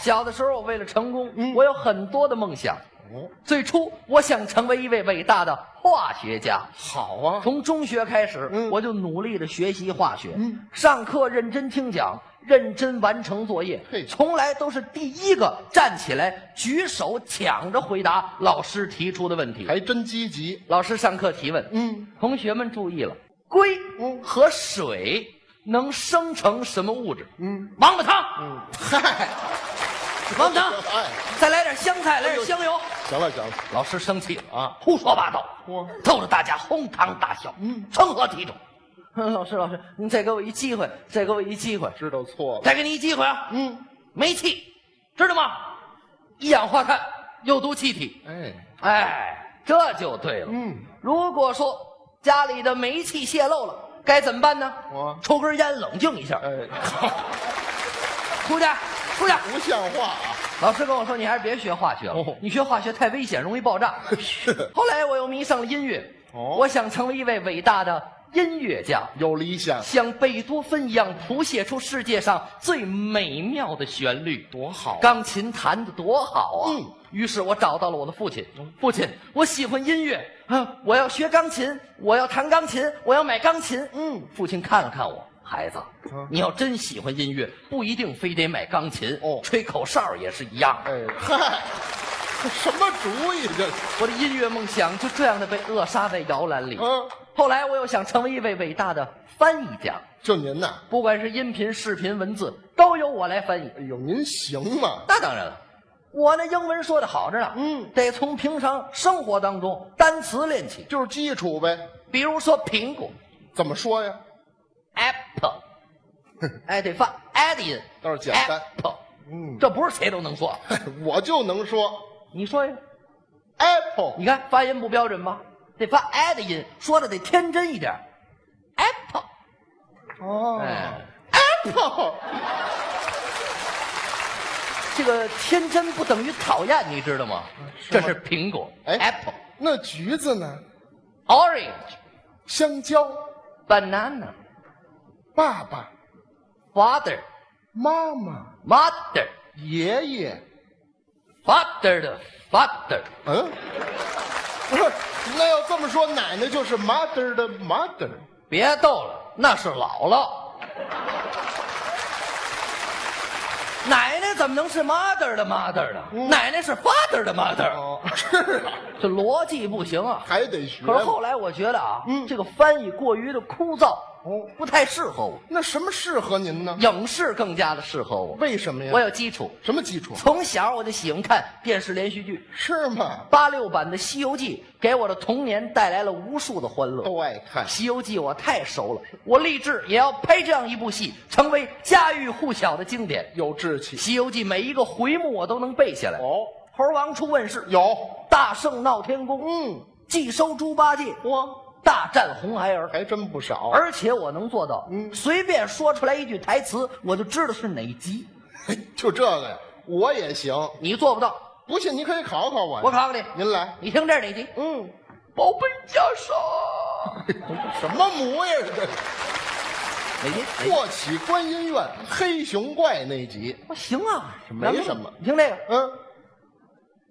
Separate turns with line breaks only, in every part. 小的时候，我为了成功，
嗯
我有很多的梦想。
哦，
最初，我想成为一位伟大的化学家。
好啊，
从中学开始，
嗯
我就努力的学习化学，
嗯
上课认真听讲，认真完成作业
嘿，
从来都是第一个站起来举手抢着回答老师提出的问题。
还真积极。
老师上课提问，
嗯，
同学们注意了，硅
嗯
和水能生成什么物质？
嗯，
王八汤，
嗯，嗨，
王八汤，
哎，
再来点香菜，来
哎呦
点香油。
行了行了，
老师生气了
啊
胡说八道
嚯，
逗得大家哄堂大笑，
嗯
成何体统？ 老师，老师，您再给我一机会，再给我一机会，
知道错了。
再给你一机会啊！
嗯，
煤气，知道吗？一氧化碳，有毒气体。
哎，
哎，这就对了。
嗯，
如果说家里的煤气泄漏了，该怎么办呢
我？
抽根烟冷静一下，
哎，
出去，出去。
不像话啊。
老师跟我说，你还是别学化学了，
哦
你学化学太危险，容易爆 炸。后来我又迷上了音乐，
哦
我想成为一位伟大的音乐家，
有理想，
像贝多芬一样谱写出世界上最美妙的旋律。
多好啊！
钢琴弹得多好啊！
嗯
于是我找到了我的父亲。父亲，我喜欢音乐啊，我要学钢琴，我要弹钢琴，我要买钢琴。
嗯，
父亲看了看我，孩子
嗯，
你要真喜欢音乐，不一定非得买钢琴。
哦
吹口哨也是一样的。
哎，嗨，什么主意这？
我的音乐梦想就这样的被扼杀在摇篮里。
嗯，
后来我又想成为一位伟大的翻译家，
就您呐？
不管是音频、视频、文字，都由我来翻译。
哎呦，您行吗？
那当然了，我那英文说的好着呢，
嗯
得从平常生活当中单词练起，
就是基础呗。
比如说苹果
怎么说呀？
（apple），哎，得发 a d d 音，
倒是简单
apple，
嗯，
这不是谁都能 说。
我就能说
你说呀，
apple
你看发音不标准吧？得发 a d d 音，说的得天真一点，apple，
哦
哎，
apple，
这个天真不等于讨厌，你知道吗？
是
这
吗
是苹果
哎
，apple，orange，
那橘子呢？香蕉，
banana，father，mother，
爸爸、妈妈、
mother，
爷爷，
father 的 father，
嗯， 不是，那要这么说，奶奶就是 mother 的 mother，
别逗了，那是姥 姥。奶奶怎么能是 mother 的 mother 呢？奶奶是 father 的 mother，
嗯哦， 是啊，
这逻辑不行啊。
还得学。
可是后来我觉得啊，
嗯
这个翻译过于的枯燥，
哦
不太适合我。
那什么适合您呢？
影视更加的适合我，
为什么呀？
我有基础。
什么基础？
从小我就喜欢看电视连续剧，
是吗？
八六版的《西游记》给我的童年带来了无数的欢乐。
都爱看。
《西游记》我太熟了，我立志也要拍这样一部戏，成为家喻户晓的经典。
有志
《
气。
西游记》每一个回目我都能背下来。
哦，
猴王出问世，
有，
大圣闹天宫，
嗯，
既收猪八戒，
我
大战红孩儿，
还真不少。
而且我能做到，
嗯
随便说出来一句台词，我就知道是哪集。
哎就这个呀，我也行。
你做不到，
不信你可以考考我呀。
我考考你，
您来。
你听这是哪集？
嗯，
宝贝袈裟，
什么模样这是？
哪集？哪集
霍启观音院黑熊怪那集。
我行啊，
没什么
你听这个，
嗯，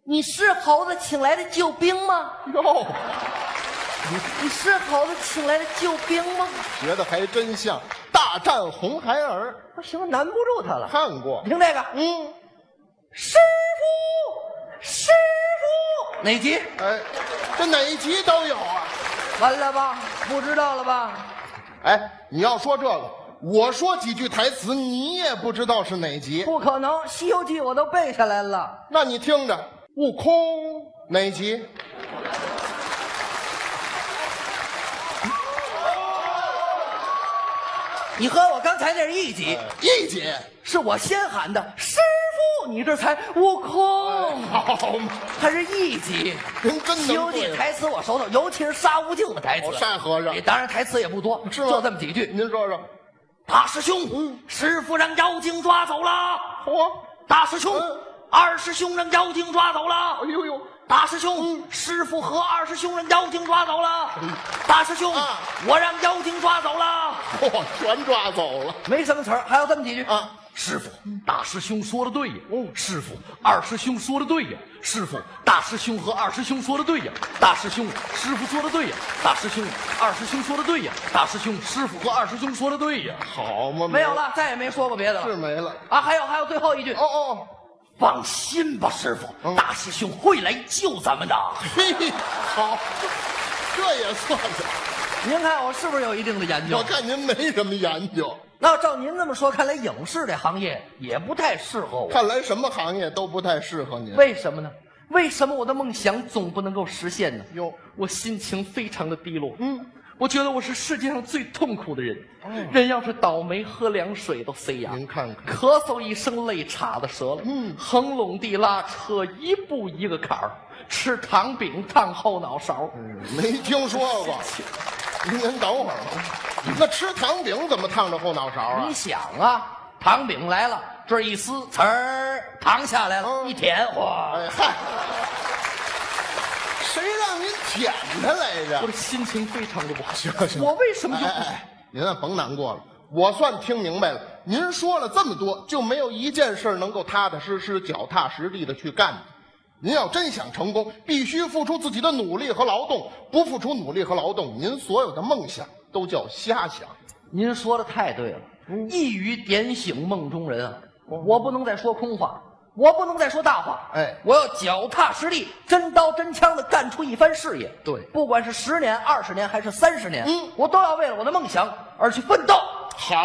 你是猴子请来的救兵吗？
嗯哟，
你是猴子请来的救兵吗？
学的还真像。大战红孩儿
不行，难不住他了。
看过
你。听这个，
嗯，
师傅，师傅，哪集？
哎，这哪一集都有啊。
完了吧？不知道了吧？
哎，你要说这个，我说几句台词，你也不知道是哪集。
不可能，《西游记》我都背下来了。
那你听着，悟空哪集？
你和我刚才那是一集，
哎一集。
是我先喊的哎师傅，你这才悟空，哎
好嘛，
还是一集。
您真
《西游
能
记
对》付。
台词我熟透，尤其是沙悟净的台词
哦。沙和尚
也当然台词也不多，
是吗
就这么几句。
您说说，
大师兄，
嗯
师傅让妖精抓走了。
嚯，
大师兄
嗯，
二师兄让妖精抓走了。
哎呦嗯呦，
大师兄，师傅和二师兄让妖精抓走了。大师兄
嗯啊，
我让妖精抓走了。
嚯，全抓走了
没什么词儿，还有这么几句
啊！
师傅，大师兄说的对呀。哦，师傅，二师兄说的对呀。师傅，大师兄和二师兄说的对呀。大师兄，师傅说的对呀。大师兄，二师兄说的对呀。大师兄，师傅和二师兄说的对呀。
好嘛，
没有了，再也没说过别的了。
是没了。
啊，还有还有，最后一句，
哦哦，
放心吧，师傅，
嗯
大师兄会来救咱们的。
嘿， 好，这也算是。
您看我是不是有一定的研究？
我看您没什么研究，
那照您这么说，看来影视这行业也不太适合我。
看来什么行业都不太适合您。
为什么呢？为什么我的梦想总不能够实现呢？
哟，
我心情非常的低落。
嗯，哦
我觉得我是世界上最痛苦的人。人要是倒霉，喝凉水都塞牙。
您看看，
咳嗽一声，泪岔子折了。
嗯
横垄地拉扯，一步一个坎儿，吃糖饼烫后脑勺。
没听说过。您您等会儿吧，那吃糖饼怎么烫着后脑勺啊
你？想啊，糖饼来了，这儿一撕，呲儿，糖下来了，
嗯
一舔，哇！
哎嗨，谁让您舔它来
我
着？
的心情非常的不好。
行行
我为什么就
哎哎哎，您啊甭难过了，我算听明白了。您说了这么多，就没有一件事儿能够踏踏实实、脚踏实地的去干的。您要真想成功，必须付出自己的努力和劳动。不付出努力和劳动，您所有的梦想都叫瞎想。
您说的太对了，
嗯
一语点醒梦中人啊！我不能再说空话，我不能再说大话，
哦哎
我要脚踏实地，真刀真枪的干出一番事业。
对
不管是十年、二十年还是三十年，
嗯
我都要为了我的梦想而去奋斗。
好，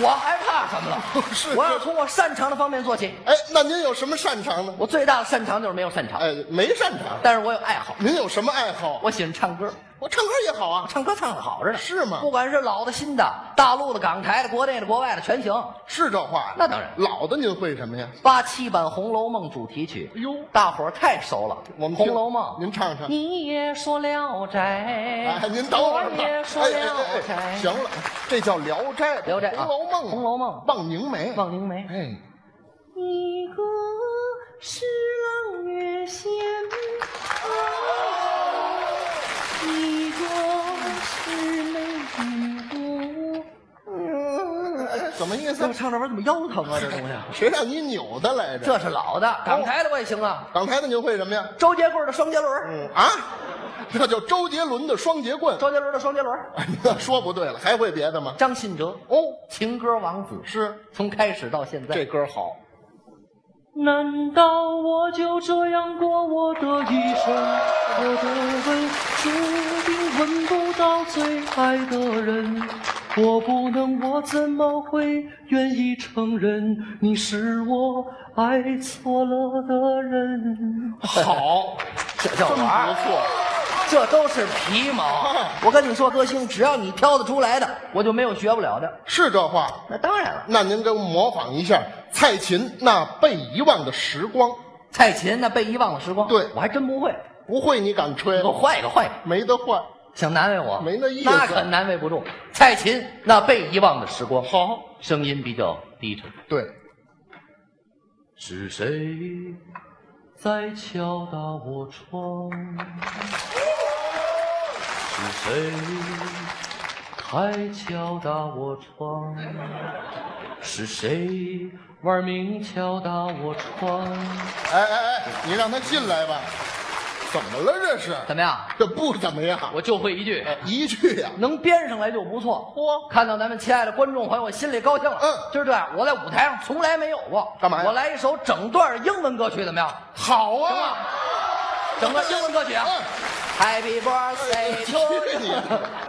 我还怕什么了？
是
我要从我擅长的方面做起。
哎，那您有什么擅长呢？
我最大的擅长就是没有擅长，
哎，没擅长。
但是我有爱好，
您有什么爱好？
我喜欢唱歌。
我唱歌也好啊。
唱歌唱的好着呢，
是吗
不管是老的、新的，大陆的、港台的、国内的、国外的，全行。
是这话呀？
那当然
老的您会什么呀？
八七版《红楼梦》主题曲，
哎呦
大伙儿太熟了。
我们
红
听
楼梦》，
您唱唱。
你也说《聊斋》，
哎，您等会儿
我
吧。
也
哎
说《聊
哎哎
斋
哎，》，行了，这叫《聊斋》《
聊斋啊
红楼梦》《
红楼梦
望凝眉》
望凝眉。
哎，
一个是朗月仙，一个是美女
哎怎么意
这
思
么？唱这玩意儿怎么腰疼啊？这东西，
谁让你扭的来着？
这是老的，港台的我也行啊。
港台的您会什么呀？
周杰棍的双节轮，
嗯啊，这叫周杰伦的双截棍。
周杰伦的双节轮，
哎那说不对了，还会别的吗？
张信哲
哦，
情歌王子，
是
从开始到现在
这。歌 好。
难道我就这样过我的一生？我的吻注定吻不到最爱的人，我不能，我怎么会愿意承认你是我爱错了的人？
好，
这叫
真不
玩儿，
错。
这都是皮毛。
哦
我跟你说，歌星，只要你挑得出来的，我就没有学不了的。
是这话。
那当然了，
那您给我模仿一下蔡琴那被遗忘的时光，
蔡琴那被遗忘的时光，
对
我还真不会。
不会你敢吹
给我？换一个，换一个。
没得换。
想难为我，
没那意思
那可难为不住。蔡琴那被遗忘的时光，
好，
声音比较低沉。
对，
是谁在敲打我窗？是谁还敲打我窗？是谁玩命敲打我窗？
哎哎哎，你让他进来吧。怎么了这是？
怎么样？
这不怎么样，
我哎就会一句，
一句呀、
能编上来就不错。
哎嚯
看到咱们亲爱的观众朋友，我心里高兴了。
嗯
就是这样，我在舞台上从来没有过。
干嘛呀
我来一首整段英文歌曲，怎么样？
好
行吗
啊，？
整段英文歌曲啊
嗯
，Happy Birthday to
去你
you
的。